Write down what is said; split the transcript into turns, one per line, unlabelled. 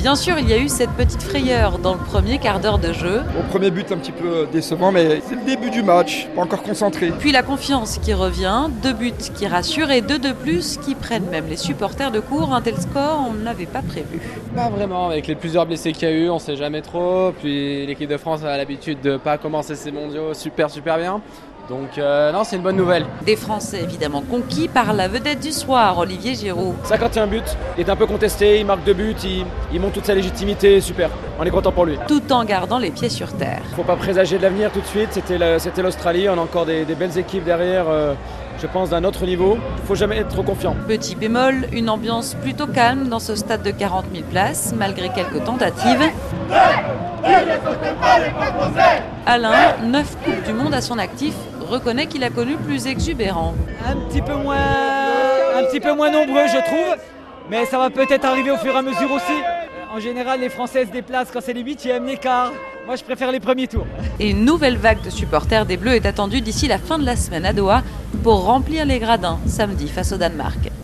Bien sûr, il y a eu cette petite frayeur dans le premier quart d'heure de jeu.
Au premier but, un petit peu décevant, mais c'est le début du match, pas encore concentré.
Puis la confiance qui revient, deux buts qui rassurent et deux de plus qui prennent même les supporters de court. Un tel score, on ne l'avait pas prévu.
Pas vraiment, avec les plusieurs blessés qu'il y a eu, on sait jamais trop. Puis l'équipe de France a l'habitude de pas commencer ses mondiaux super super bien. Donc euh, non, c'est une bonne nouvelle.
Des Français évidemment conquis par la vedette du soir, Olivier Giroud.
51 buts, il est un peu contesté, il marque deux buts, il, il monte toute sa légitimité, super. On est content pour lui.
Tout en gardant les pieds sur terre.
Faut pas présager de l'avenir tout de suite, c'était l'Australie, on a encore des, des belles équipes derrière. Euh, je pense d'un autre niveau, faut jamais être trop confiant.
Petit bémol, une ambiance plutôt calme dans ce stade de 40 000 places, malgré quelques tentatives. Alain, 9 Coupes du Monde à son actif, reconnaît qu'il a connu plus exubérant.
Un petit peu moins, un petit peu moins nombreux, je trouve, mais ça va peut-être arriver au fur et à mesure aussi. En général, les Français se déplacent quand c'est les huitièmes, les quarts. Moi, je préfère les premiers tours.
Et une nouvelle vague de supporters des Bleus est attendue d'ici la fin de la semaine à Doha pour remplir les gradins samedi face au Danemark.